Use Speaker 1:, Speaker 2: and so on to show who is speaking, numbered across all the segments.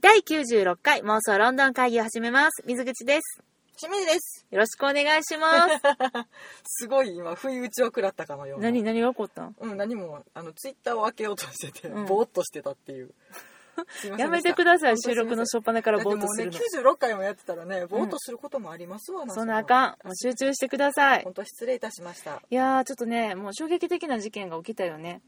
Speaker 1: 第96回妄想ロンドン会議を始めます。水口です。
Speaker 2: 清水です。
Speaker 1: よろしくお願いします。
Speaker 2: すごい今、不意打ちを食らったかのような。
Speaker 1: 何、何が起こったん
Speaker 2: うん、何も、あの、ツイッターを開けようとしてて、
Speaker 1: うん
Speaker 2: ぼーっとしてたっ ていう。すいませ
Speaker 1: や
Speaker 2: んで
Speaker 1: め
Speaker 2: した
Speaker 1: てください、
Speaker 2: 本当す
Speaker 1: 収
Speaker 2: いません
Speaker 1: 録の初っ端からぼーっとする
Speaker 2: だ
Speaker 1: の
Speaker 2: っ。てもうね、96回もやってたらね、ぼーっとすることもありますわ、
Speaker 1: そんなあかん。もう集中してください。
Speaker 2: 本当失礼いたしました。
Speaker 1: いやー、ちょっとね、もう衝撃的な事件が起きたよね。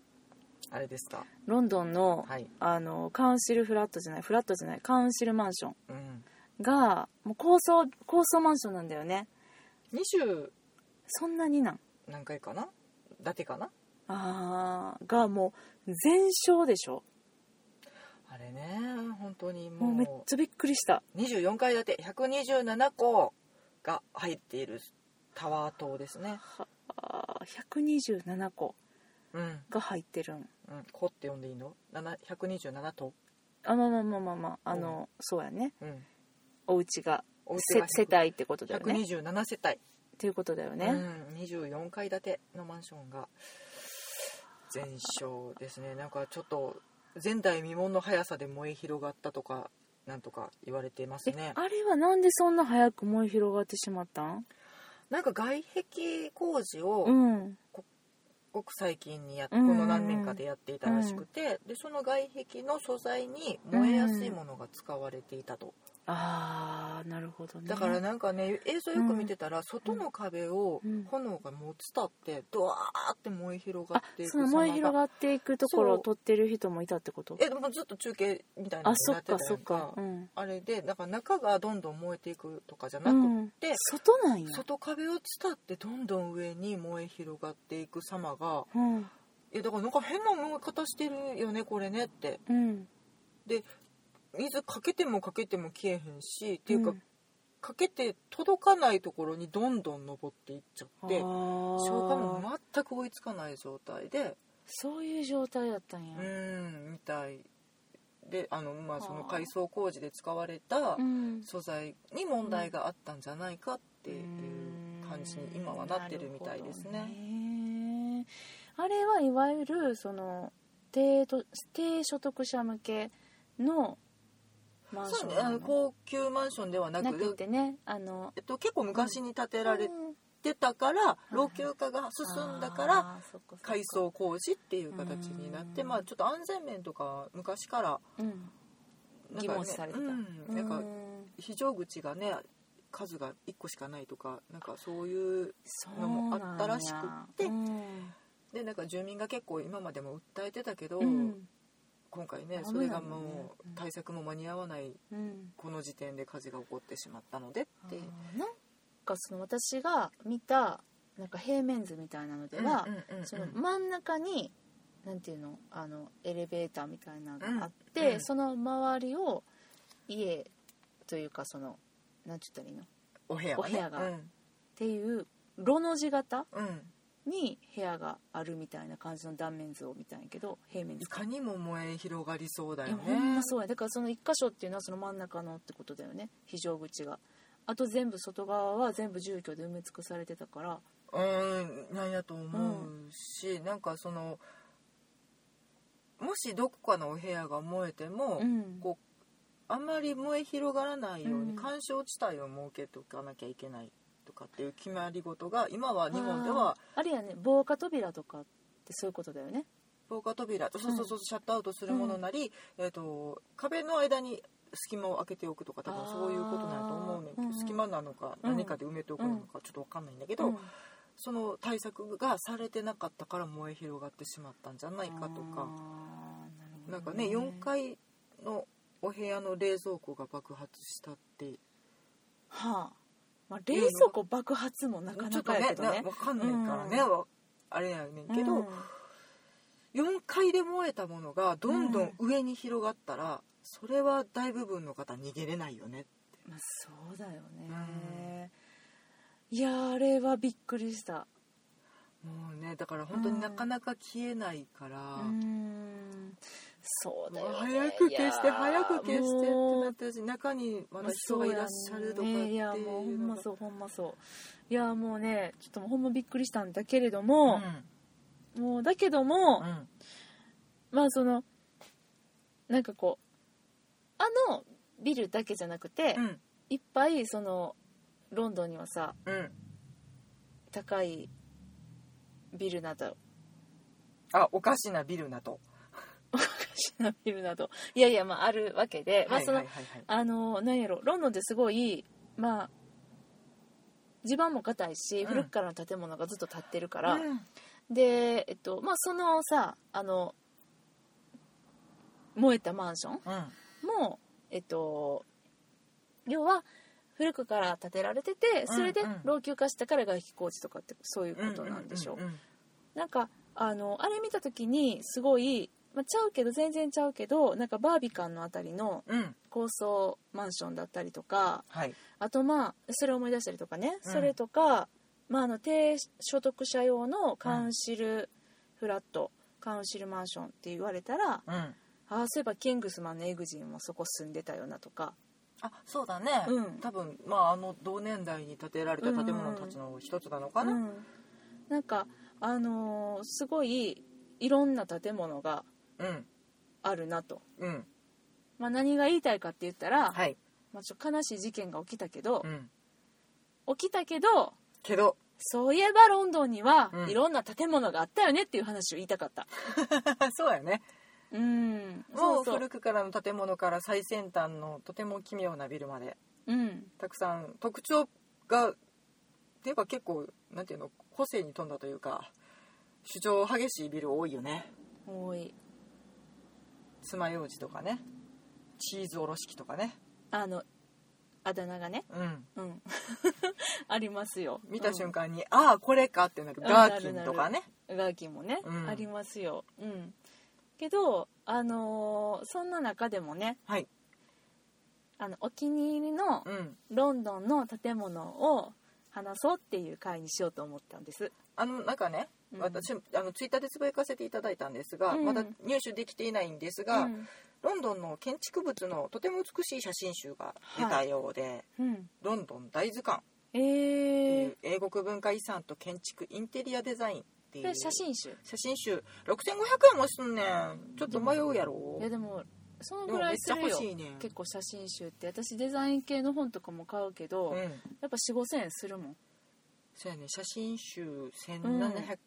Speaker 2: あれですか。
Speaker 1: ロンドンの、
Speaker 2: はい。
Speaker 1: あの、カウンシルフラットじゃない、フラットじゃない、カウンシルマンション
Speaker 2: うん。
Speaker 1: が、もう高層、高層マンションなんだよね。
Speaker 2: 20
Speaker 1: そんなになん。
Speaker 2: 何回かな伊達かな
Speaker 1: あー、がもう、全焼でしょ。
Speaker 2: あれね、本当に
Speaker 1: もうめっ
Speaker 2: も
Speaker 1: ちゃびっくりした。
Speaker 2: う、24階建て127個が入っているタワー棟ですね。
Speaker 1: あー127個
Speaker 2: うん。
Speaker 1: が入ってるん
Speaker 2: うん、子って呼んでいいの7 ?127 と、
Speaker 1: あまあまあまあまあまああの、そうやね
Speaker 2: うん、
Speaker 1: お家が
Speaker 2: お
Speaker 1: せ世帯ってことだよね
Speaker 2: 127世帯、
Speaker 1: っていうことだよね、
Speaker 2: うん、24階建てのマンションが全焼ですねなんかちょっと前代未聞の速さで燃え広がったとかなんとか言われています
Speaker 1: え
Speaker 2: ね
Speaker 1: あれはなんでそんな早く燃え広がってしまったん
Speaker 2: なんか外壁工事を
Speaker 1: うん
Speaker 2: ごく最近にやっ
Speaker 1: うん
Speaker 2: この何年かでやっていたらしくてでその外壁の素材に燃えやすいものが使われていたと
Speaker 1: ああなるほどね
Speaker 2: だからなんかね映像よく見てたら、外の壁を
Speaker 1: うん
Speaker 2: 炎がもう伝ってドワーって燃え広が
Speaker 1: あ
Speaker 2: っていく
Speaker 1: その燃え広
Speaker 2: っ
Speaker 1: がっていくところを
Speaker 2: そう
Speaker 1: 撮ってる人もいたってこと
Speaker 2: えでもずっと中継みたいな
Speaker 1: あ
Speaker 2: の
Speaker 1: そ
Speaker 2: や
Speaker 1: って
Speaker 2: たや
Speaker 1: か
Speaker 2: ん
Speaker 1: そっかうん、
Speaker 2: あれでだから中がどんどん燃えていくとかじゃな
Speaker 1: う
Speaker 2: く、
Speaker 1: ん、外なんや、
Speaker 2: 外壁を伝ってどんどん上に燃え広がっていく様が
Speaker 1: うん
Speaker 2: いやだからなんか変な燃え方してるよねこれねって
Speaker 1: うん、
Speaker 2: 水かけてもかけても消えへんしっていうか、
Speaker 1: ん
Speaker 2: かけて届かないところにどんどん登っていっちゃって
Speaker 1: あー
Speaker 2: 消化も全く追いつかない状態で
Speaker 1: そういう状態だったん
Speaker 2: う
Speaker 1: や、
Speaker 2: ーんみたいであの、ま
Speaker 1: あ
Speaker 2: あ、
Speaker 1: ー
Speaker 2: その改装工事で使われた
Speaker 1: うん
Speaker 2: 素材に問題があったんじゃないかっていううん感じに今はなってるみたいです
Speaker 1: なるほ
Speaker 2: ね。
Speaker 1: どねあれはいわゆるその低と低所得者向けのマンシ
Speaker 2: そ
Speaker 1: ョン
Speaker 2: うね
Speaker 1: な
Speaker 2: あ
Speaker 1: の
Speaker 2: の高級マンションではな
Speaker 1: な
Speaker 2: く
Speaker 1: くてねあの
Speaker 2: えっと、結構昔に建てられ
Speaker 1: うん
Speaker 2: てたから
Speaker 1: うん
Speaker 2: 老朽化が進んだから
Speaker 1: あーそっかそっか
Speaker 2: 改装工事っていう形になって、
Speaker 1: うん
Speaker 2: まあ、ちょっと安全面とかは昔から
Speaker 1: うん
Speaker 2: なん
Speaker 1: 疑
Speaker 2: かね
Speaker 1: 問視されてた
Speaker 2: うん、なんか
Speaker 1: うん
Speaker 2: 非常口がね数が1個しかないとかなんかそういうのもあったらしくって
Speaker 1: そうなんや
Speaker 2: でなんか住民が結構今までも訴えてたけど、
Speaker 1: うんうん
Speaker 2: 今回
Speaker 1: 危ない
Speaker 2: ね
Speaker 1: もんね
Speaker 2: それがも
Speaker 1: うん
Speaker 2: う対策も間に合わない
Speaker 1: うん
Speaker 2: この時点で火事が起こってしまったのでって
Speaker 1: あーなんかその私が見たなんか平面図みたいなのでは、
Speaker 2: うんうんうんうん
Speaker 1: その真ん中になんていうのあのエレベーターみたいなのがあって、
Speaker 2: うんうん
Speaker 1: その周りを家というかそのなんて言ったらいいのっ
Speaker 2: お部屋が、
Speaker 1: お
Speaker 2: ね、
Speaker 1: 部屋が
Speaker 2: うん
Speaker 1: ていうロの字型
Speaker 2: うん
Speaker 1: に部屋があるみたいな感じの断面図を見たんやけど平面
Speaker 2: い
Speaker 1: 図か
Speaker 2: かにも燃え広がりそうだ
Speaker 1: い
Speaker 2: よ
Speaker 1: やほ
Speaker 2: ね
Speaker 1: んまそうやだからその1箇所っていうのはその真ん中のってことだよね非常口があと全部外側は全部住居で埋め尽くされてたから
Speaker 2: うんなんやと思うし、なんかそのもしどこかのお部屋が燃えても、
Speaker 1: うん
Speaker 2: こうあんまり燃え広がらないよう
Speaker 1: うん
Speaker 2: に干渉地帯を設けておかなきゃいけないとかっていう決まり事が今は日本では
Speaker 1: あーあれやね防火扉とかってそういうことだよね
Speaker 2: 防火扉そうそうそうシャットアウトするものなり、えー、と壁の間に隙間を開けておくとか多分そういうことなんやと思うねん
Speaker 1: あ
Speaker 2: け
Speaker 1: ー
Speaker 2: ど、
Speaker 1: うんうん
Speaker 2: 隙間なのか
Speaker 1: うん
Speaker 2: 何かで埋めておくのかちょっと分かんないんだけど、
Speaker 1: うん
Speaker 2: その対策がされてなかったから燃え広がってしまったんじゃないかとか
Speaker 1: あーる
Speaker 2: なん
Speaker 1: ほ
Speaker 2: か
Speaker 1: ど
Speaker 2: ね4階のお部屋の冷蔵庫が爆発したって
Speaker 1: はあ、まあ、冷蔵庫爆発もなか
Speaker 2: ちょ
Speaker 1: な
Speaker 2: っと
Speaker 1: かやけどね
Speaker 2: ね分かんないからね、
Speaker 1: う
Speaker 2: わあれやねんけ
Speaker 1: う
Speaker 2: ど
Speaker 1: ん、
Speaker 2: 4階で燃えたものがどんどん上に広がったら、それは大部分の方逃げれないよね
Speaker 1: まあ、そうだよね、いやーあれはびっくりした
Speaker 2: もうねだから本当になかなか消えないから、
Speaker 1: うーんそうだよ、ね、
Speaker 2: 早く消して
Speaker 1: いやー
Speaker 2: 早く消してって
Speaker 1: も
Speaker 2: な
Speaker 1: う
Speaker 2: ってるし中にまだ人がいらっしゃるとかって
Speaker 1: ねい
Speaker 2: い
Speaker 1: やもうほ
Speaker 2: うんの
Speaker 1: ま
Speaker 2: が
Speaker 1: そうほんまそういやーもうねちょっともうほんまびっくりしたんだけれども、もうだけども、
Speaker 2: うん
Speaker 1: まあそのなんかこうああのビルだけじゃなくて、
Speaker 2: うん
Speaker 1: いっぱいそのロンドンにはさ
Speaker 2: うん
Speaker 1: 高いビルなど
Speaker 2: あおかしなビルなと
Speaker 1: おかしなビルなどいやいやまああるわけで、まあその
Speaker 2: はいはいはい
Speaker 1: あの何やろロンドンってすごいまあ地盤も硬いし、
Speaker 2: うん
Speaker 1: 古くからの建物がずっと建ってるか
Speaker 2: は
Speaker 1: ら
Speaker 2: い、うん
Speaker 1: で、えっとまあ、そのさあの燃えたマンション
Speaker 2: うん
Speaker 1: も、えっと、要は古くから建てられててそれで
Speaker 2: うんうん
Speaker 1: 老朽化したから外壁工事とかってそういうことなんでしょう。
Speaker 2: うんうん
Speaker 1: なんかあのあれ見た時にすごい、まあ、ちゃうけど全然ちゃうけどなんかバービカンのあたりの
Speaker 2: うんうん
Speaker 1: 高層マンションだったりとか
Speaker 2: はい
Speaker 1: あとまあそれを思い出したりとかね、
Speaker 2: うん
Speaker 1: それとか、まあ、あの低所得者用のカウンシルフラット、カウンシルマンションって言われたら
Speaker 2: うん
Speaker 1: ああそういえばキングスマンのエグジンもそこ住んでたよなとか
Speaker 2: あそうだね、
Speaker 1: うん
Speaker 2: 多分まああの同年代に建てられた建物たちの一つなのかな、
Speaker 1: うん、なんかあのーすごいいろんな建物が
Speaker 2: うん
Speaker 1: あるなと、
Speaker 2: うん
Speaker 1: まあ、何が言いたいかって言ったら、
Speaker 2: はい、
Speaker 1: まあ、ちょっと悲しい事件が起きたけど
Speaker 2: う、ん、
Speaker 1: 起きたけど
Speaker 2: け ど
Speaker 1: そういえばロンドンには
Speaker 2: うん
Speaker 1: いろんな建物があったよねっていう話を言いたかった。
Speaker 2: そうやね
Speaker 1: うん、
Speaker 2: も
Speaker 1: そううそう
Speaker 2: 古。くからの建物から最先端のとても奇妙なビルまで
Speaker 1: うん、
Speaker 2: たくさん特徴がっていうか結構なんていうの個性に富んだというか主張激しいビル多いよね
Speaker 1: 多い。
Speaker 2: 爪楊枝とかねチーズおろし器とかね
Speaker 1: あのあだ名がね、
Speaker 2: うん
Speaker 1: うん、 ありますよ。
Speaker 2: 見た瞬
Speaker 1: 間、
Speaker 2: 間に、ああこれかってなる
Speaker 1: うん
Speaker 2: ガーキンとかね
Speaker 1: ガーキンもね、
Speaker 2: うん
Speaker 1: ありますよ。うん。けどあのーそんな中でもね、
Speaker 2: はい
Speaker 1: あのお気に入りの
Speaker 2: うん
Speaker 1: ロンドンの建物を話そうっていう会にしようと思ったんです。
Speaker 2: あのなんかね、
Speaker 1: うん
Speaker 2: 私あのツイッターでつぶやかせていただいたんですが、
Speaker 1: うん
Speaker 2: まだ入手できていないんですが、
Speaker 1: うん、
Speaker 2: ロンドンの建築物のとても美しい写真集が出たようで、
Speaker 1: うん、
Speaker 2: ロンドン大図鑑
Speaker 1: え
Speaker 2: ってい
Speaker 1: ー
Speaker 2: う、英国文化遺産と建築インテリアデザインっていう
Speaker 1: で写真集。
Speaker 2: 写真集6500円もすんねんちょっと迷うやろ
Speaker 1: いやでもその
Speaker 2: で
Speaker 1: ぐ
Speaker 2: も
Speaker 1: ら
Speaker 2: め
Speaker 1: い
Speaker 2: っ
Speaker 1: す
Speaker 2: ちゃ
Speaker 1: るよ
Speaker 2: 欲しいねん
Speaker 1: 結構写真集って私デザイン系の本とかも買うけど、
Speaker 2: う
Speaker 1: や
Speaker 2: ん
Speaker 1: っぱ4 5千円するもん
Speaker 2: そうやね写真集1700、
Speaker 1: うん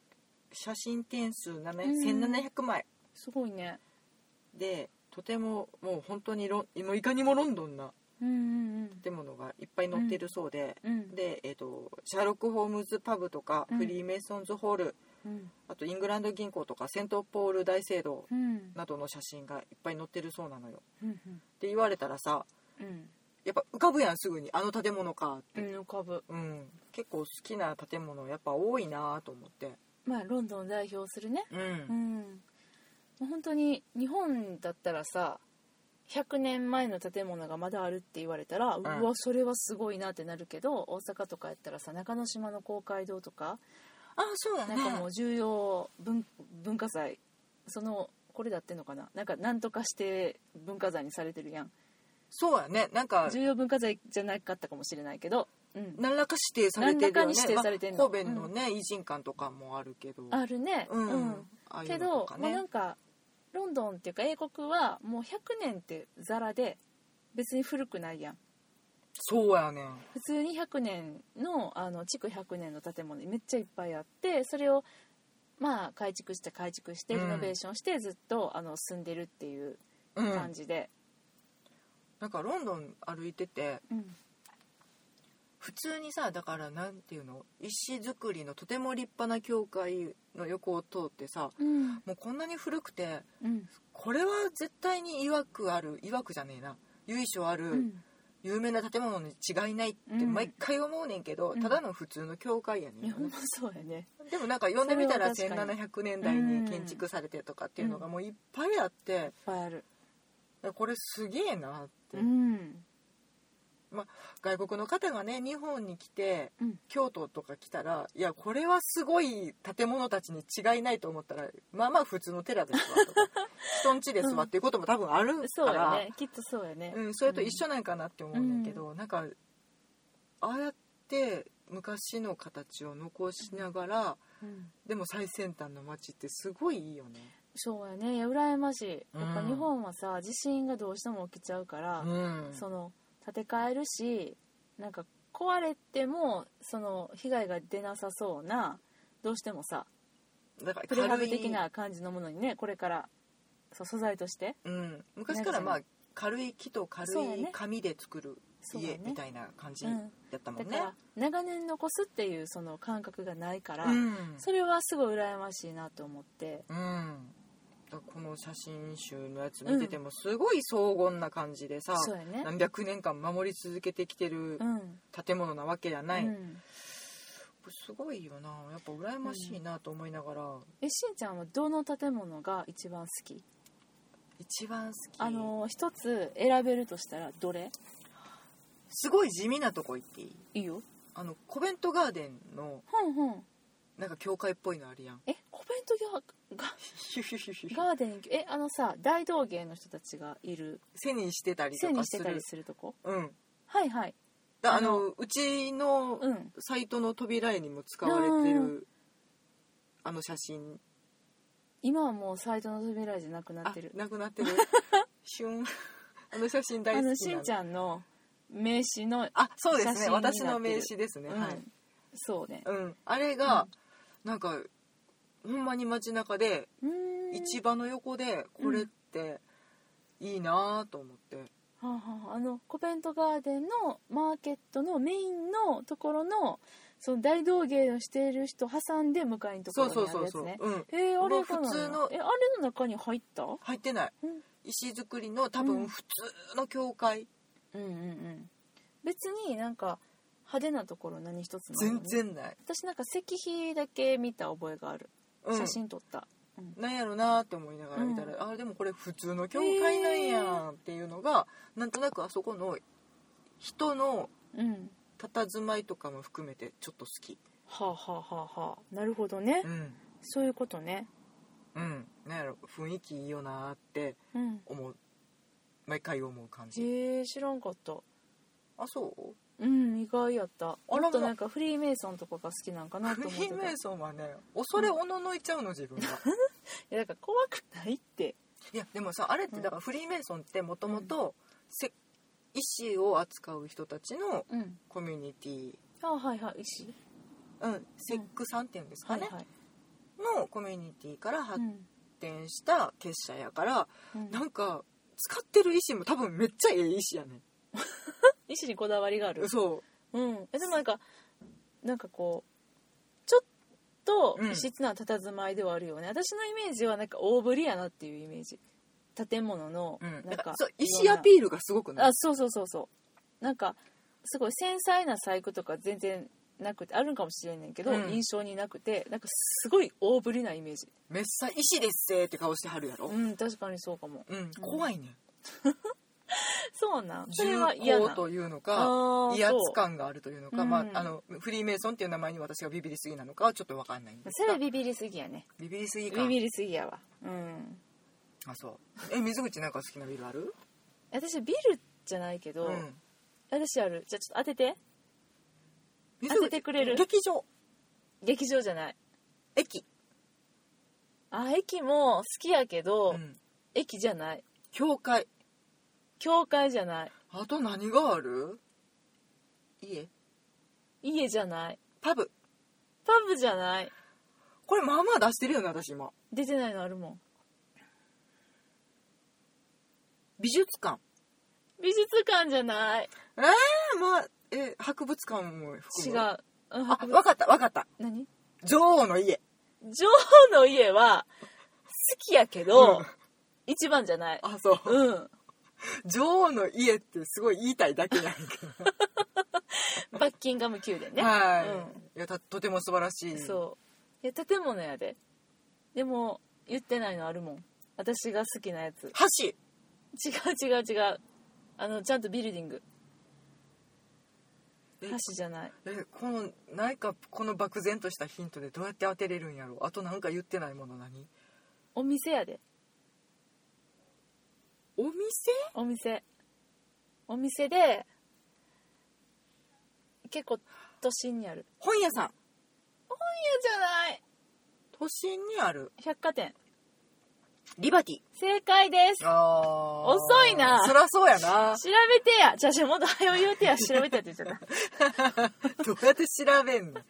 Speaker 2: 写真点数7
Speaker 1: うん
Speaker 2: 1700枚
Speaker 1: すごいね
Speaker 2: でとてももう本当にロンもういかにもロンドンな
Speaker 1: うんうん
Speaker 2: 建物がいっぱい載ってるそうで、
Speaker 1: うんうん
Speaker 2: で、えー、とシャーロック・ホームズパブとか、
Speaker 1: うん
Speaker 2: フリーメイソンズホール
Speaker 1: うん
Speaker 2: あとイングランド銀行とかセントポール大聖堂
Speaker 1: うん
Speaker 2: などの写真がいっぱい載ってるそうなのよ
Speaker 1: うん
Speaker 2: って言われたらさ
Speaker 1: うん
Speaker 2: やっぱ浮かぶやんすぐにあの建物かって、
Speaker 1: うん浮かぶ
Speaker 2: うん、結構好きな建物やっぱ多いなと思って、
Speaker 1: まあロンドンを代表するね
Speaker 2: うん
Speaker 1: うんもう本当に日本だったらさ100年前の建物がまだあるって言われたら、うんわそれはすごいなってなるけど大阪とかやったらさ中之島の公会堂とか
Speaker 2: あそうや
Speaker 1: なんかもう重要文 文化財そのこれだってんのかななんかなんとかして文化財にされてるやん
Speaker 2: そうやねなんか
Speaker 1: 重要文化財じゃなかったかもしれないけど、うん、
Speaker 2: 何らか指定されて
Speaker 1: 何
Speaker 2: るよね
Speaker 1: らかに指定されてんの
Speaker 2: まあ神戸のね、偉人館とかもあるけど
Speaker 1: あるね
Speaker 2: うん、ああい
Speaker 1: け
Speaker 2: うのと
Speaker 1: ど、
Speaker 2: か
Speaker 1: まあ、な
Speaker 2: ね
Speaker 1: んかロンドンっていうか英国はもう100年ってザラで別に古くないやん
Speaker 2: そうやねん
Speaker 1: 普通に100年のあの築100年の建物めっちゃいっぱいあってそれをまあ改築して改築してリ
Speaker 2: うん
Speaker 1: ノベーションしてずっと、あの住んでるっていう
Speaker 2: うん
Speaker 1: 感じで、
Speaker 2: なんかロンドン歩いてて
Speaker 1: うん
Speaker 2: 普通にさだからなんていうの石造りのとても立派な教会の横を通ってさ
Speaker 1: うん
Speaker 2: もうこんなに古くて
Speaker 1: うん
Speaker 2: これは絶対に曰くある曰くじゃねえな由緒あ
Speaker 1: う
Speaker 2: る
Speaker 1: ん
Speaker 2: 有名な建物に違いないって
Speaker 1: うん
Speaker 2: 毎回思うねんけど、
Speaker 1: うん
Speaker 2: ただの普通の教会やねん
Speaker 1: いや
Speaker 2: よ
Speaker 1: ほん
Speaker 2: ね
Speaker 1: まそうやね
Speaker 2: でもなんか読んでみたら
Speaker 1: それは確
Speaker 2: 1700年代に建築されてとかっていうのがもういっぱいあって
Speaker 1: いっぱいある
Speaker 2: これすげえなって、
Speaker 1: うん
Speaker 2: 外国の方がね日本に来て
Speaker 1: うん
Speaker 2: 京都とか来たらいやこれはすごい建物たちに違いないと思ったらまあまあ普通の寺ですわとか人んちですわっていうことも多分ある
Speaker 1: そう
Speaker 2: か
Speaker 1: や
Speaker 2: ら、
Speaker 1: ねきっとそうやね
Speaker 2: うん、それと一緒なんかなって思うねんだけど、なんかああやって昔の形を残しながら、
Speaker 1: うん
Speaker 2: でも最先端の街ってすごいいいよね
Speaker 1: そうやねいや羨ましいやっぱ
Speaker 2: うん
Speaker 1: 日本はさ地震がどうしても起きちゃうから、
Speaker 2: うん
Speaker 1: その建て替えるしなんか壊れてもその被害が出なさそうなどうしてもさ
Speaker 2: だから
Speaker 1: プレハ
Speaker 2: 軽
Speaker 1: ブ
Speaker 2: い
Speaker 1: 的な感じのものにねこれからそう素材として
Speaker 2: うん、昔からまあ軽い木と軽
Speaker 1: そうや
Speaker 2: い
Speaker 1: ね
Speaker 2: 紙で作る
Speaker 1: そうや
Speaker 2: 家
Speaker 1: ね
Speaker 2: みたいな感じ
Speaker 1: うん
Speaker 2: だったも
Speaker 1: だ
Speaker 2: ん
Speaker 1: か
Speaker 2: ね。
Speaker 1: ら長年残すっていうその感覚がないから、
Speaker 2: うん
Speaker 1: それはすごい羨ましいなと思って
Speaker 2: うんだからこの写真集のやつ見ててもすごい荘厳な感じでさ、
Speaker 1: そうやね
Speaker 2: 何百年間守り続けてきて
Speaker 1: う
Speaker 2: る
Speaker 1: ん
Speaker 2: 建物なわけじゃない、
Speaker 1: うん
Speaker 2: すごいよなやっぱ羨ましいなと思いながら、
Speaker 1: えしんちゃんはどの建物が一番好き
Speaker 2: 一番好き
Speaker 1: あのー一つ選べるとしたらどれ
Speaker 2: すごい地味なとこ行っていい
Speaker 1: いいよ
Speaker 2: あのコベントガーデンの
Speaker 1: ほんほん
Speaker 2: なんか教会っぽいのあるやん
Speaker 1: えコベントギャガガーデンえあのさ大道芸の人たちがいる
Speaker 2: 背にしてたりと
Speaker 1: 背に
Speaker 2: か
Speaker 1: し
Speaker 2: す
Speaker 1: てたり
Speaker 2: る
Speaker 1: するとこ
Speaker 2: うん
Speaker 1: はいはい
Speaker 2: だあ
Speaker 1: あの
Speaker 2: のうちの
Speaker 1: うん
Speaker 2: サイトの扉絵にも使われて
Speaker 1: う
Speaker 2: るあの写真
Speaker 1: 今はもうサイトの扉じゃなくな
Speaker 2: あ
Speaker 1: ってる
Speaker 2: なくなって るシュン あの写真大
Speaker 1: あ
Speaker 2: 好きな
Speaker 1: のしんちゃんの名刺の、
Speaker 2: あそうです
Speaker 1: 写真
Speaker 2: ね
Speaker 1: になって
Speaker 2: 私
Speaker 1: る
Speaker 2: の名刺ですね、
Speaker 1: うん
Speaker 2: はい、
Speaker 1: そうね
Speaker 2: うん、あれが、なんかほんまに街中で
Speaker 1: うーん
Speaker 2: 市場の横でこれっていいなと思って、
Speaker 1: はあはああのコベントガーデンのマーケットのメインのところのその大道芸をしている人挟んで向かいのとこ
Speaker 2: そ
Speaker 1: ろ
Speaker 2: う
Speaker 1: に
Speaker 2: そう
Speaker 1: あ
Speaker 2: そ
Speaker 1: る
Speaker 2: う
Speaker 1: やつ
Speaker 2: そう、
Speaker 1: ね
Speaker 2: うん、
Speaker 1: えー、あれが
Speaker 2: もう普通の
Speaker 1: えあれの中に入ったうん
Speaker 2: 入ってない石造りの多分普通の教
Speaker 1: う
Speaker 2: 会、
Speaker 1: んうんうん別になんか派手なところ何一つないよね
Speaker 2: 全然ない、
Speaker 1: 私なんか石碑だけ見た覚えがある、
Speaker 2: うん
Speaker 1: 写真撮った
Speaker 2: なんやろなって思いながら見たら、あでもこれ普通の教会なんやんっていうのが、なんとなくあそこの人の
Speaker 1: うん
Speaker 2: 佇まいとかも含めてちょっと好き
Speaker 1: はあはあはあはあなるほどね、
Speaker 2: うん
Speaker 1: そういうことね
Speaker 2: うんなんやろ雰囲気いいよなって
Speaker 1: うん
Speaker 2: 思う毎回思う感じ
Speaker 1: へえ知らんかった
Speaker 2: あそ
Speaker 1: う
Speaker 2: う
Speaker 1: ん意外やった
Speaker 2: あらま
Speaker 1: もっとなんかフリーメイソンとかが好きなんかな
Speaker 2: フ
Speaker 1: と
Speaker 2: リ
Speaker 1: 思って
Speaker 2: ー
Speaker 1: た
Speaker 2: メ
Speaker 1: い
Speaker 2: イソンはね恐れおののいちゃうの自分が
Speaker 1: やだから怖くないって
Speaker 2: いやでもさあれってだからフリーメイソンってもともと意思を扱う人たちの
Speaker 1: うん
Speaker 2: コミュニティ
Speaker 1: あはいはい石、
Speaker 2: うんセックさんっていうんですか
Speaker 1: はい
Speaker 2: ね、
Speaker 1: はい
Speaker 2: のコミュニティから
Speaker 1: う
Speaker 2: 発
Speaker 1: ん
Speaker 2: 展した結社やから、
Speaker 1: うん
Speaker 2: なんか使ってる意思も多分めっちゃええ意思やね
Speaker 1: 石にこだわりがある
Speaker 2: そ
Speaker 1: うんえでもなんかなんかこうちょっと
Speaker 2: うん
Speaker 1: 異質な佇まいではあるよね、私のイメージはなんか大ぶりやなっていうイメージ建物の
Speaker 2: う、うん、
Speaker 1: なん
Speaker 2: だか
Speaker 1: から
Speaker 2: そう意
Speaker 1: いろん
Speaker 2: 思
Speaker 1: な
Speaker 2: アピールがすごくない
Speaker 1: あそうそうそうそうなんかすごい繊細な細工とか全然なくてあるんかもしれんねんけど、
Speaker 2: うん
Speaker 1: 印象になくてなんかすごい大ぶりなイメージ
Speaker 2: めっさ意思ですせーって顔してはるやろ
Speaker 1: うん確かにそうかも
Speaker 2: うん、怖いね
Speaker 1: そうなんそれ
Speaker 2: 重
Speaker 1: は嫌
Speaker 2: 厚
Speaker 1: な
Speaker 2: というの
Speaker 1: あ
Speaker 2: か
Speaker 1: ー
Speaker 2: 威圧
Speaker 1: そう
Speaker 2: 感があるというのか
Speaker 1: うん
Speaker 2: まあ、あのフリーメイソンっていう名前に私がビビりすぎなのかはちょっと分かんないんです
Speaker 1: それは
Speaker 2: が
Speaker 1: ビビりすぎやね
Speaker 2: ビビりすぎか
Speaker 1: ビビりすぎやわうん
Speaker 2: あそうえ水口なんか好きなビールある
Speaker 1: 私ビルじゃないけど、
Speaker 2: うん、
Speaker 1: 私あるじゃあちょっと当てて
Speaker 2: 水
Speaker 1: 当ててくれる
Speaker 2: 劇場
Speaker 1: 劇場じゃない
Speaker 2: 駅、
Speaker 1: あ駅も好きやけど、
Speaker 2: うん、
Speaker 1: 駅じゃない
Speaker 2: 教会
Speaker 1: 教会じゃない
Speaker 2: あと何がある家
Speaker 1: 家じゃない
Speaker 2: パブ
Speaker 1: パブじゃない
Speaker 2: これまあまあ出してるよね私今
Speaker 1: 出てないのあるもん
Speaker 2: 美術館
Speaker 1: 美術館じゃない
Speaker 2: ええまあえ博物館も
Speaker 1: 違
Speaker 2: 含
Speaker 1: う
Speaker 2: む
Speaker 1: うん
Speaker 2: あ
Speaker 1: 博物
Speaker 2: わかったわかった
Speaker 1: 何
Speaker 2: 女王の家
Speaker 1: 女王の家は好きやけど、
Speaker 2: うん
Speaker 1: 一番じゃない
Speaker 2: あそう、
Speaker 1: うん
Speaker 2: 女王の家ってすごい言いたいだけなんやけど
Speaker 1: バッキンガム宮殿ね
Speaker 2: はい、
Speaker 1: うん
Speaker 2: いやたとても素晴らしい
Speaker 1: そういや建物やででも言ってないのあるもん私が好きなやつ
Speaker 2: 橋
Speaker 1: 違う違う違うあのちゃんとビルディング
Speaker 2: え
Speaker 1: 橋じゃない
Speaker 2: えこの何かこの漠然としたヒントでどうやって当てれるんやろうあとなんか言ってないもの何
Speaker 1: お店やで
Speaker 2: お店
Speaker 1: お店お店で結構都心にある
Speaker 2: 本屋さん
Speaker 1: いやじゃない
Speaker 2: 都心にある
Speaker 1: 百貨店
Speaker 2: リバティ
Speaker 1: 正解です調
Speaker 2: あー
Speaker 1: 遅いな
Speaker 2: そらそうやな
Speaker 1: べてやじゃあじゃあもっと早う言うてや調べてやって言っちゃ った
Speaker 2: どうやって調べんの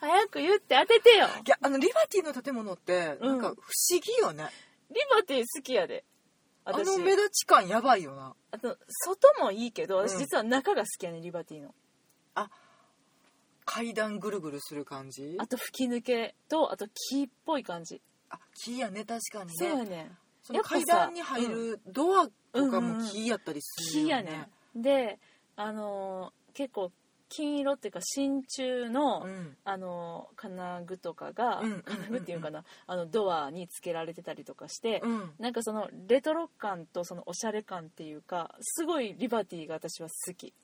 Speaker 1: 早く言って当ててよ
Speaker 2: いやあのリバティの建物って
Speaker 1: う
Speaker 2: なんんか不思議よね、
Speaker 1: リバティ好きやで
Speaker 2: あ
Speaker 1: 私
Speaker 2: の目立ち感やばいよな
Speaker 1: あと外もいいけど
Speaker 2: う
Speaker 1: 私
Speaker 2: ん
Speaker 1: 実は中が好きやねリバティの
Speaker 2: 階段ぐるぐるする感じ
Speaker 1: あと吹き抜けとあと木っぽい感じ
Speaker 2: あ木やね確かに
Speaker 1: そうや
Speaker 2: ね
Speaker 1: ね
Speaker 2: その階段に入るドアとかも木やったりする
Speaker 1: 木
Speaker 2: よ
Speaker 1: やね
Speaker 2: ね
Speaker 1: であのー結構金色っていうか真鍮の、
Speaker 2: うん
Speaker 1: あのー金具とかが、
Speaker 2: うんうんうんうん
Speaker 1: 金具っていうかなあのドアにつけられてたりとかして、
Speaker 2: うん
Speaker 1: なんかそのレトロ感とそのおしゃれ感っていうかすごいリバティが私は好き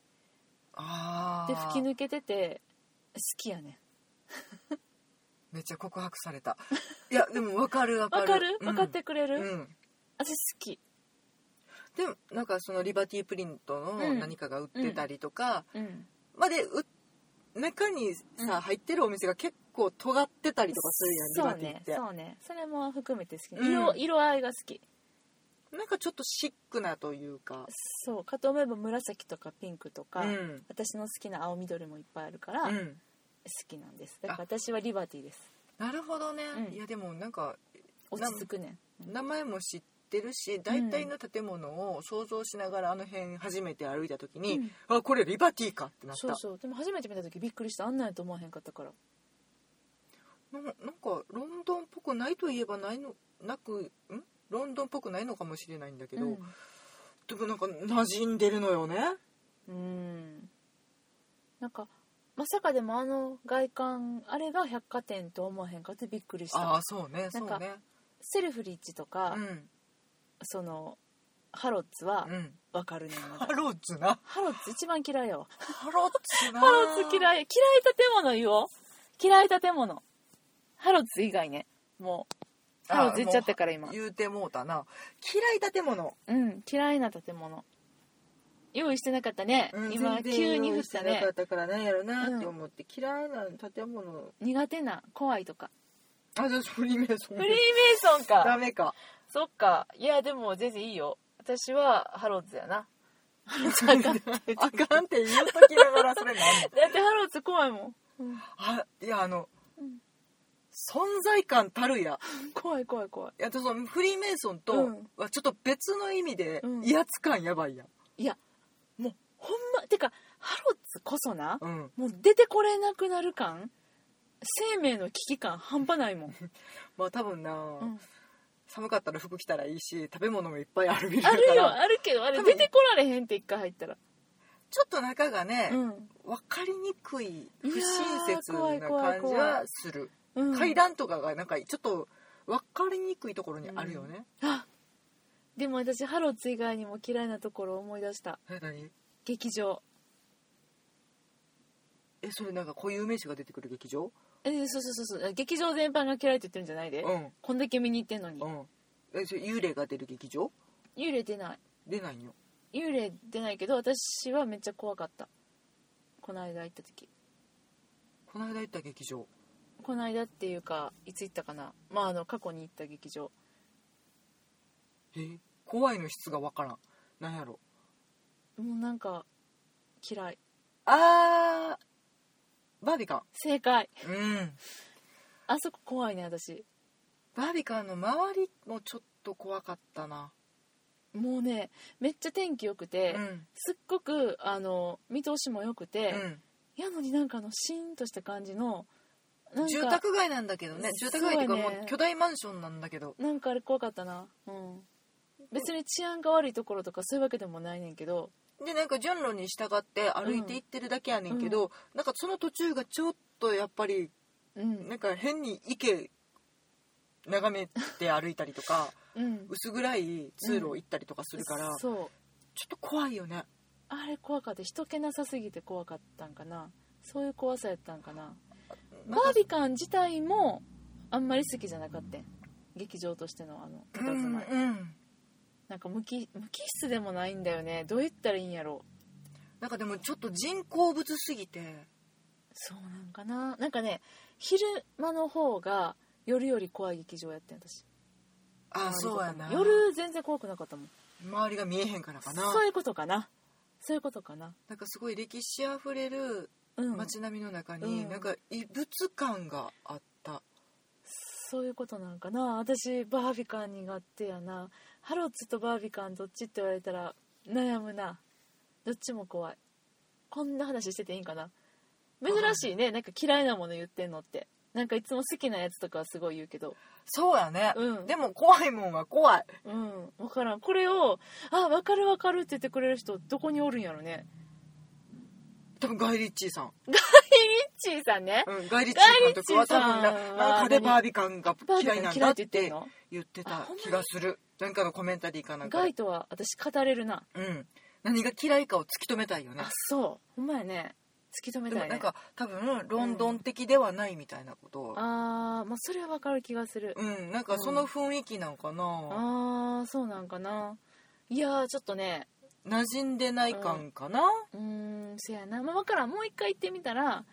Speaker 2: あ
Speaker 1: で
Speaker 2: あ
Speaker 1: 吹き抜けてて好きやね
Speaker 2: めっちゃ告白されたいやでも分かる分かる
Speaker 1: わかる
Speaker 2: うん
Speaker 1: 分かってくれる、
Speaker 2: うん
Speaker 1: 私好き
Speaker 2: でもなんかそのリバティプリントの
Speaker 1: うん
Speaker 2: 何かが売ってたりとか、
Speaker 1: うん
Speaker 2: まあでう中に
Speaker 1: うん
Speaker 2: さ入ってるお店が結構尖ってたりとかする
Speaker 1: そ
Speaker 2: や、
Speaker 1: うん
Speaker 2: リバティ
Speaker 1: ね
Speaker 2: って、
Speaker 1: そうねそれも含めて好き、
Speaker 2: うん
Speaker 1: 色色合いが好き
Speaker 2: なんかちょっとシックなというか
Speaker 1: そうかと思えば紫とかピンクとか、
Speaker 2: うん
Speaker 1: 私の好きな青緑もいっぱいあるから
Speaker 2: う
Speaker 1: 好
Speaker 2: ん、
Speaker 1: きなんですだから私はリバティです
Speaker 2: なるほどね、
Speaker 1: うん
Speaker 2: いやでもなんか
Speaker 1: 落ち着くねん
Speaker 2: 名前も知ってるし大体の建物を想像しながらあの辺初めて歩いた時に、あこれリバティかってなった
Speaker 1: そうそうでも初めて見た時びっくりしたあんなんやと思わへんかったから
Speaker 2: ななんかロンドンっぽくないといえばないのなくんロンドンっぽくないのかもしれないんだけど、でもなんか馴染んでるのよね
Speaker 1: うん、うんなんかまさかでもあの外観あれが百貨店と思わへんかってびっくりし
Speaker 2: ああ
Speaker 1: た
Speaker 2: そうね
Speaker 1: な
Speaker 2: そ
Speaker 1: ん
Speaker 2: う
Speaker 1: か
Speaker 2: ね
Speaker 1: セルフリッジとか、
Speaker 2: うん
Speaker 1: そのハロッツは
Speaker 2: うん
Speaker 1: わかるねんま
Speaker 2: ハ
Speaker 1: だ
Speaker 2: ロッツな
Speaker 1: ハロッツ一番嫌いやわ
Speaker 2: ハロッツな
Speaker 1: ハロッツ嫌い嫌い建物言おう嫌い建物ハロッツ以外ねもうハロッツ言っちゃったから
Speaker 2: あも
Speaker 1: 今
Speaker 2: う言うてもうたな嫌い建物
Speaker 1: うん嫌いな建物用意してなかったね、
Speaker 2: うん
Speaker 1: 今
Speaker 2: 全然
Speaker 1: 急に降った
Speaker 2: 用意してな
Speaker 1: ね
Speaker 2: かったからなんやろな
Speaker 1: うん
Speaker 2: って思って、嫌いな建物
Speaker 1: 苦手な怖いとか
Speaker 2: あじゃあフリーメイソン
Speaker 1: フリーメイソン
Speaker 2: ダ
Speaker 1: か
Speaker 2: メか
Speaker 1: そっかいやでも全然いいよ私はハロッツやなハロッツあかんだって
Speaker 2: あかんって言うときながらそれなんの
Speaker 1: ハロッツ怖いもん、うん
Speaker 2: あいやあの、
Speaker 1: うん
Speaker 2: 存在感たるや
Speaker 1: 怖い怖い怖い
Speaker 2: いやでそのフリーメイソン
Speaker 1: う
Speaker 2: と
Speaker 1: ん
Speaker 2: はちょっと別の意味で
Speaker 1: うん
Speaker 2: 威圧感やばいやん
Speaker 1: いやもうほんまてかハロッツこそな、
Speaker 2: うん
Speaker 1: もう出てこれなくなる感生命の危機感半端ないもん、
Speaker 2: まあ多分な、
Speaker 1: うん
Speaker 2: 寒かったら服着たらいいし食べ物もいっぱいあるビル
Speaker 1: あ
Speaker 2: だか
Speaker 1: るよ
Speaker 2: ら
Speaker 1: あるけどあれ
Speaker 2: 多
Speaker 1: 出
Speaker 2: 分
Speaker 1: てこられへんって一回入ったら、
Speaker 2: ちょっと中がね、
Speaker 1: うん
Speaker 2: 分かりにく
Speaker 1: や
Speaker 2: い
Speaker 1: ー
Speaker 2: 不親切な
Speaker 1: 怖い怖い
Speaker 2: 感じ
Speaker 1: 怖
Speaker 2: はいする
Speaker 1: うん、
Speaker 2: 階段とかがなんかちょっと分かりにくいところにあるよね、
Speaker 1: あでも私ハロッツ以外にも嫌いなところを思い出した
Speaker 2: え何
Speaker 1: 劇場
Speaker 2: えそれなんか固有名詞が出てくる劇場
Speaker 1: えそうそうそうそう劇場全般が嫌いって言ってるんじゃないで、
Speaker 2: うん
Speaker 1: こんだけ見に行ってんのに、
Speaker 2: うんえそれ幽霊が出る劇場
Speaker 1: 幽霊出ない
Speaker 2: 出ないよ
Speaker 1: 幽霊出ないけど私はめっちゃ怖かったこの間行った時
Speaker 2: この間行った劇場
Speaker 1: この間っていうかいつ行ったかなまああの過去に行った劇場
Speaker 2: え怖いの質が分からんなんやろ
Speaker 1: もうなんか嫌い
Speaker 2: あーバービカン
Speaker 1: 正解
Speaker 2: うん
Speaker 1: あそこ怖いね私
Speaker 2: バービカンの周りもちょっと怖かったな
Speaker 1: もうねめっちゃ天気良くて、
Speaker 2: うん
Speaker 1: すっごくあの見通しも良くて、
Speaker 2: うん
Speaker 1: やのになんかあのシーンとした感じのなんか
Speaker 2: 住宅街なんだけどね住宅街っていうか
Speaker 1: そう
Speaker 2: も
Speaker 1: やね
Speaker 2: う巨大マンションなんだけど
Speaker 1: なんかあれ怖かったなうん別に治安が悪いところとかそういうわけでもないねんけど
Speaker 2: でなんか順路に従って歩いていってるだけやねんけど、なんかその途中がちょっとやっぱり
Speaker 1: うん
Speaker 2: なんか変に池眺めて歩いたりと か
Speaker 1: うん
Speaker 2: 薄暗い通路を行ったりとかするから、ちょっ
Speaker 1: そう
Speaker 2: と怖いよね
Speaker 1: あれ怖かった人気なさすぎて怖かったんかなそういう怖さやったんかなバ
Speaker 2: なんか
Speaker 1: ービカン自体もあんまり好きじゃなかったん劇場としてのあの
Speaker 2: う
Speaker 1: 佇
Speaker 2: ん
Speaker 1: まい、
Speaker 2: うん
Speaker 1: なんか無機無機質でもないんだよねどう言ったらいいんやろう
Speaker 2: なんかでもちょっと人工物すぎて
Speaker 1: そうなんかななんかね昼間の方が夜より怖い劇場やってん私
Speaker 2: あそうやな
Speaker 1: 夜全然怖くなかったもん
Speaker 2: 周りが見えへんからかな
Speaker 1: そういうことかなそういうことかな
Speaker 2: なんかすごい歴史あふれる
Speaker 1: うん
Speaker 2: 街並みの中
Speaker 1: う
Speaker 2: に
Speaker 1: ん
Speaker 2: なんか異物感があった
Speaker 1: そういうことなんかな私バービカン苦手やなハロッツとバービカンどっちって言われたら悩むなどっちも怖いこんな話してていいんかな珍しいねなんか嫌いなもの言ってんのってなんかいつも好きなやつとかはすごい言うけど
Speaker 2: そうやね、
Speaker 1: うん
Speaker 2: でも怖いもんは怖い
Speaker 1: うん分からんこれを「あ分かる分かる」って言ってくれる人どこにおるんやろね
Speaker 2: 多分ガイリッチーさん、
Speaker 1: チーさんね
Speaker 2: うん、ガイリッチー監督は多
Speaker 1: ガ
Speaker 2: 分な
Speaker 1: イリッチーさんは
Speaker 2: なんかでバービカンが
Speaker 1: バービ
Speaker 2: 嫌
Speaker 1: カ
Speaker 2: い
Speaker 1: ン
Speaker 2: なん
Speaker 1: 嫌い
Speaker 2: だっ
Speaker 1: って言ってん
Speaker 2: て
Speaker 1: の
Speaker 2: 言って
Speaker 1: あ
Speaker 2: た
Speaker 1: ほんまに
Speaker 2: 気がするなんかのコメンタリーかなんか
Speaker 1: ガ
Speaker 2: で
Speaker 1: イとは私語れるな
Speaker 2: うん何が嫌いかを突き止めたいよね
Speaker 1: あそうほんまやね突き止め
Speaker 2: で
Speaker 1: たい
Speaker 2: も
Speaker 1: ね
Speaker 2: なんか多分ロンドン的ではないみたいなことを
Speaker 1: あーまあそれは分かる気がする
Speaker 2: うんなんかその雰囲気なんかな、
Speaker 1: あーそうなんかないやーちょっとね
Speaker 2: 馴染んでない感かな、
Speaker 1: うーんせやな、まあ、分からんもう一回行ってみたら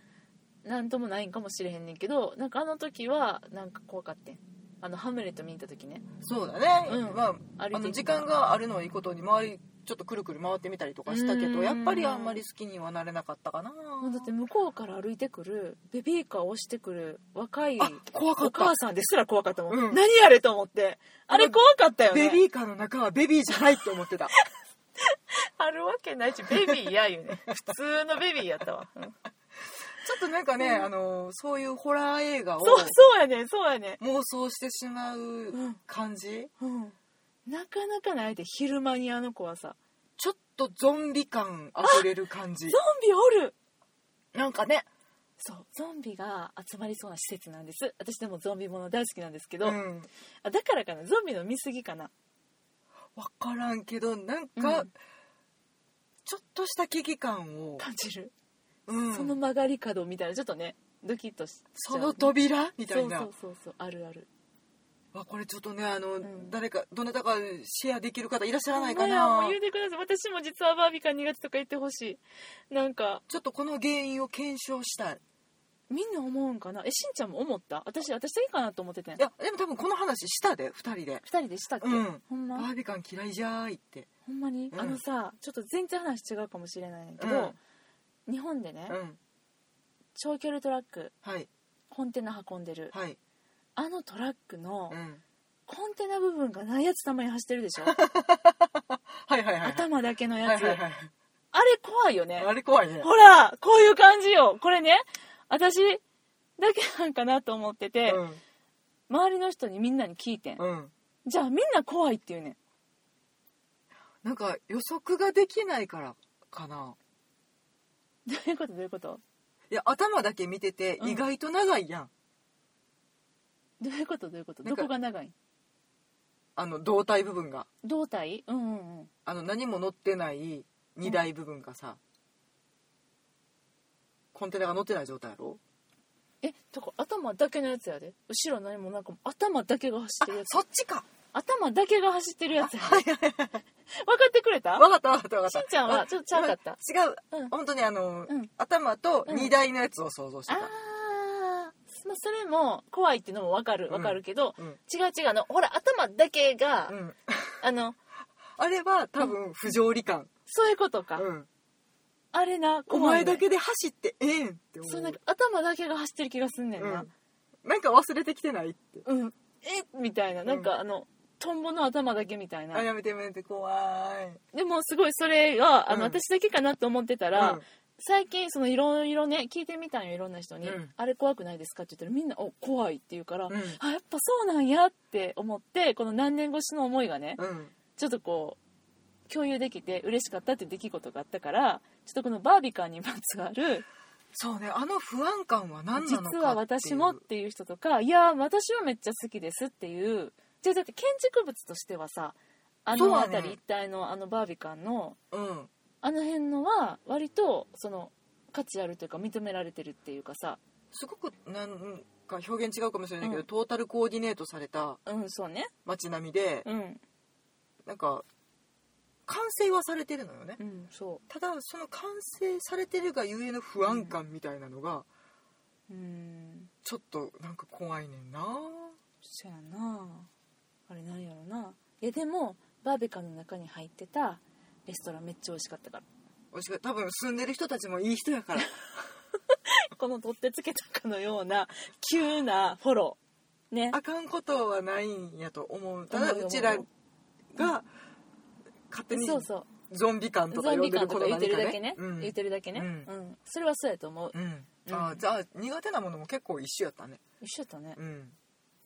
Speaker 1: なんともないんかもしれへんねんけどなんかあの時はなんか怖かってんあのハムレット見に行った時ね
Speaker 2: そうだね、
Speaker 1: うん
Speaker 2: まあ
Speaker 1: 歩いて
Speaker 2: あの
Speaker 1: いく
Speaker 2: 時間があるのをいいことに周りちょっとくるくる回ってみたりとかしたけ
Speaker 1: う
Speaker 2: ど
Speaker 1: ん
Speaker 2: やっぱりあんまり好きにはなれなかったかな
Speaker 1: もうだって向こうから歩いてくるベビーカーを押してくる若い
Speaker 2: あ怖か
Speaker 1: お
Speaker 2: った
Speaker 1: 母さんですら怖かったもん、
Speaker 2: うん
Speaker 1: 何あれと思ってあれ怖かったよね
Speaker 2: ベビーカーの中はベビーじゃないって思って た
Speaker 1: あるわけないしベビーや言うね普通のベビーやったわ、うん
Speaker 2: ちょっとなんかね、あのそういうホラー映画を
Speaker 1: そうそうやねそうやね
Speaker 2: 妄想してしまう感じ、
Speaker 1: うんなかなかないで昼間にあの子はさ
Speaker 2: ちょっとゾンビ感あふれる感じ
Speaker 1: ゾンビおる
Speaker 2: なんかね
Speaker 1: そうゾンビが集まりそうな施設なんです私でもゾンビもの大好きなんですけど、
Speaker 2: うん
Speaker 1: あだからかなゾンビの見過ぎかな
Speaker 2: 分からんけどなんか、
Speaker 1: うん
Speaker 2: ちょっとした危機感を、
Speaker 1: 感じる、
Speaker 2: うん
Speaker 1: その曲がり角みたいなちょっとねドキッとしちゃう
Speaker 2: その扉みたいな
Speaker 1: そうそうそうそうあるある
Speaker 2: わこれちょっとねあの、
Speaker 1: ん
Speaker 2: 誰かどなたかシェアできる方いらっしゃらないか
Speaker 1: ほんまやも
Speaker 2: な
Speaker 1: う言うてください私も実はバービーカン苦手とか言ってほしいなんか
Speaker 2: ちょっとこの原因を検証したい
Speaker 1: みんな思うんかなえしんちゃんも思った私私だけかなと思ってたん
Speaker 2: いやでも多分この話したで2人で
Speaker 1: 二人でしたっけ、
Speaker 2: うん
Speaker 1: ほん
Speaker 2: バ
Speaker 1: ま
Speaker 2: ービカン嫌いじゃーいって
Speaker 1: ほんまに、
Speaker 2: うん
Speaker 1: あのさちょっと全然話違うかもしれないんだけど、日本でね、
Speaker 2: うん
Speaker 1: 長距離トラック
Speaker 2: はい
Speaker 1: コンテナ運んでる、
Speaker 2: はい
Speaker 1: あのトラックの
Speaker 2: うん
Speaker 1: コンテナ部分がないやつたまに走ってるでしょ
Speaker 2: はいはいはいはい
Speaker 1: 頭だけの
Speaker 2: は
Speaker 1: や
Speaker 2: い
Speaker 1: つ、
Speaker 2: はいはい
Speaker 1: あれ怖いよね
Speaker 2: あれ怖 いね
Speaker 1: ほらこういう感じよこれね私だけなんかなと思ってて、周りの人にみんなに聞いてん、
Speaker 2: うん、うん、
Speaker 1: じゃあみんな怖いって言うねん
Speaker 2: なんか予測ができないからかな
Speaker 1: どういうことどういうこと
Speaker 2: いや頭だけ見てて
Speaker 1: うん
Speaker 2: 意外と長いやん、
Speaker 1: どういうことどういうこと
Speaker 2: なん
Speaker 1: ど
Speaker 2: か
Speaker 1: こが長いん
Speaker 2: あの胴体部分が
Speaker 1: 胴体うんうんうん
Speaker 2: あの何も乗ってない荷台部分がさ、コンテナが乗ってない状態やろ
Speaker 1: えだから頭だけのやつやで後ろ何もなんかもう頭だけが走ってるやつ
Speaker 2: そっちか
Speaker 1: 頭だけが走ってるやつ やで分かってくれた
Speaker 2: わかったわかったわかった
Speaker 1: しんちゃんはちょっとちゃうかった
Speaker 2: 今違う、
Speaker 1: うん
Speaker 2: 本当にあの、
Speaker 1: うん
Speaker 2: 頭と荷台のやつを想像して
Speaker 1: あー
Speaker 2: た、
Speaker 1: まあそれも怖いっていうのも分かる分かるけど、
Speaker 2: うん
Speaker 1: 違う違うあのほら頭だけが、
Speaker 2: うん
Speaker 1: あの
Speaker 2: あれは多分不条理感、
Speaker 1: そういうことか、
Speaker 2: うん
Speaker 1: あれな
Speaker 2: お
Speaker 1: 怖い
Speaker 2: 前
Speaker 1: ね
Speaker 2: だけで走ってええんって思う
Speaker 1: そうなんか頭だけが走ってる気がすんねん
Speaker 2: う、
Speaker 1: なん
Speaker 2: なんか忘れてきてないって
Speaker 1: うん、えみたいななんか、あのトンボの頭だけみたいな
Speaker 2: あやめてやめて怖い
Speaker 1: でもすごいそれがあの、
Speaker 2: うん
Speaker 1: 私だけかなと思ってたら、
Speaker 2: うん
Speaker 1: 最近そのいろいろね聞いてみたんよいろんな人に、
Speaker 2: うん
Speaker 1: あれ怖くないですか?」って言ったらみんな「お怖い」って言うから、
Speaker 2: うん
Speaker 1: あやっぱそうなんやって思ってこの何年越しの思いがね、
Speaker 2: うん
Speaker 1: ちょっとこう共有できて嬉しかったって出来事があったからちょっとこのバービカンにまつわる
Speaker 2: そうねあの不安感は何なのかって
Speaker 1: 実
Speaker 2: いう
Speaker 1: は私もっていう人とかいや私はめっちゃ好きですっていうじゃあだって建築物としてはさあ
Speaker 2: そう
Speaker 1: の
Speaker 2: はね
Speaker 1: 辺り一帯のあのバービカンの
Speaker 2: うん
Speaker 1: あの辺のは割とその価値あるというか認められてるっていうかさ
Speaker 2: すごくなんか表現違うかもしれないけど、
Speaker 1: うん
Speaker 2: トータルコーディネートされた
Speaker 1: うんそうね
Speaker 2: 街並みで、
Speaker 1: うん
Speaker 2: なんか完成はされてるのよね、
Speaker 1: うんそ
Speaker 2: ただその完成されてるがゆえの不安感みたいなのが
Speaker 1: ううん
Speaker 2: ちょっとなんか怖いねんな
Speaker 1: そやなあれなんやろないやでもバーベカの中に入ってたレストランめっちゃ美味しかったから
Speaker 2: 美味しかった多分住んでる人たちもいい人やから
Speaker 1: この取ってつけたかのような急なフォローね
Speaker 2: あかんことはないんやと思うただ
Speaker 1: 思う思う
Speaker 2: うちらが勝手に
Speaker 1: そうそう
Speaker 2: ゾンビ感と
Speaker 1: ゾ
Speaker 2: か呼
Speaker 1: ン
Speaker 2: ん
Speaker 1: ビ
Speaker 2: で
Speaker 1: 感
Speaker 2: る
Speaker 1: と
Speaker 2: こ
Speaker 1: か言
Speaker 2: の
Speaker 1: ってる
Speaker 2: 何か
Speaker 1: だけね
Speaker 2: ね、うん
Speaker 1: 言ってるだけね、
Speaker 2: う
Speaker 1: うんんそれはそうやと思う、
Speaker 2: うん
Speaker 1: うん
Speaker 2: あじゃあ苦手なものも結構一緒やったね
Speaker 1: 一緒だね、
Speaker 2: うん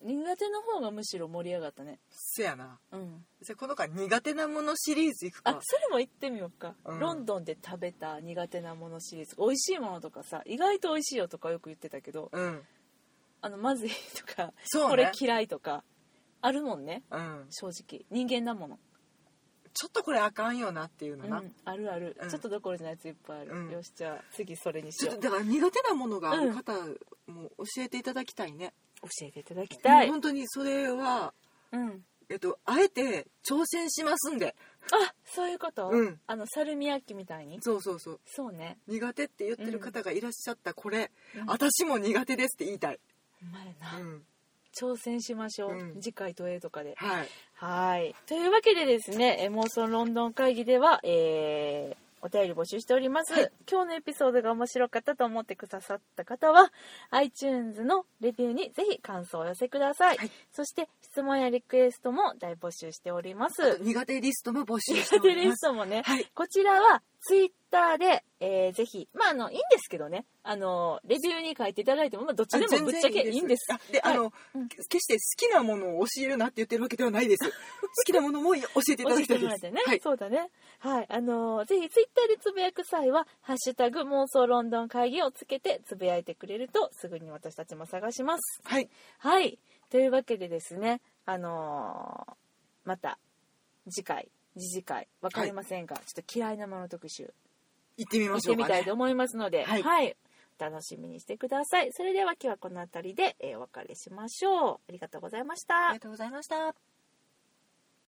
Speaker 1: 苦手の方がむしろ盛り上がったね
Speaker 2: せやな
Speaker 1: うん
Speaker 2: じゃあこの間苦手なものシリーズいく
Speaker 1: あ
Speaker 2: か
Speaker 1: それも行ってみようか、
Speaker 2: うん
Speaker 1: ロンドンで食べた苦手なものシリーズ美味しいものとかさ意外と美味しいよとかよく言ってたけど
Speaker 2: うん
Speaker 1: あのまずいとか、
Speaker 2: そうね
Speaker 1: これ嫌いとかあるもんね
Speaker 2: うん
Speaker 1: 正直人間だもの、
Speaker 2: ちょっとこれあかんよなっていう
Speaker 1: う
Speaker 2: のな、
Speaker 1: ん、あるある、
Speaker 2: うん
Speaker 1: ちょっとどころじゃないやついっぱいある、
Speaker 2: うん
Speaker 1: よしじゃあ次それにし
Speaker 2: ちょ
Speaker 1: よ
Speaker 2: っ
Speaker 1: う
Speaker 2: とだから苦手なものがある方も教えていただきたいね、
Speaker 1: 教えていただきたい、
Speaker 2: 本当にそれは
Speaker 1: うん、
Speaker 2: えっとあえて挑戦しますんで
Speaker 1: あそういうこと、
Speaker 2: うん
Speaker 1: あのサルミアッキみたいに
Speaker 2: そうそうそう
Speaker 1: そうね
Speaker 2: 苦手って言ってる方がいらっしゃったこれ、
Speaker 1: うん
Speaker 2: 私も苦手ですって言いたい、
Speaker 1: ほんまや
Speaker 2: う
Speaker 1: な、
Speaker 2: ん、
Speaker 1: 挑戦しましょう、
Speaker 2: うん
Speaker 1: 次回都営とかで
Speaker 2: はい
Speaker 1: はいというわけでですねえー妄想ロンドン会議ではえーお便り募集しております、今日のエピソードが面白かったと思ってくださった方は iTunes のレビューにぜひ感想をお寄せください、
Speaker 2: はい
Speaker 1: そして質問やリクエストも大募集しております
Speaker 2: あと苦手リストも募集して
Speaker 1: 苦
Speaker 2: お
Speaker 1: 手
Speaker 2: り
Speaker 1: リ
Speaker 2: ま
Speaker 1: ス
Speaker 2: す
Speaker 1: トもね、
Speaker 2: はい
Speaker 1: こちらはツイッターで、えーぜひ、まあ、あの、いいんですけどね、あの、レビューに書いていただいても、まあ、どっちでもぶっちゃけいいんです。
Speaker 2: あで、
Speaker 1: はい
Speaker 2: あの、
Speaker 1: うん
Speaker 2: 決して好きなものを教えるなって言ってるわけではな いです。好きなものも教えていた
Speaker 1: 教
Speaker 2: だ
Speaker 1: え
Speaker 2: きた
Speaker 1: て
Speaker 2: い
Speaker 1: も
Speaker 2: で
Speaker 1: らっ
Speaker 2: す。
Speaker 1: てね、
Speaker 2: はい。
Speaker 1: そうだね。はい。あのーぜひツイッターでつぶやく際は、ハッシュタグ妄想ロンドン会議をつけてつぶやいてくれると、すぐに私たちも探します。
Speaker 2: はい。
Speaker 1: はい。というわけでですね、あのーまた、次回、次次回、わかりませんが、ちょっと嫌いなもの特集、
Speaker 2: 行ってみ
Speaker 1: 行
Speaker 2: ま
Speaker 1: っ
Speaker 2: し
Speaker 1: て
Speaker 2: ょう
Speaker 1: み
Speaker 2: か、
Speaker 1: たい
Speaker 2: ね
Speaker 1: と。思いますので、
Speaker 2: は
Speaker 1: はいい、お楽しみにしてください。それでは今日はこの辺りで、えーお別れしましょう。ありがとうございました。
Speaker 2: ありがとうございました。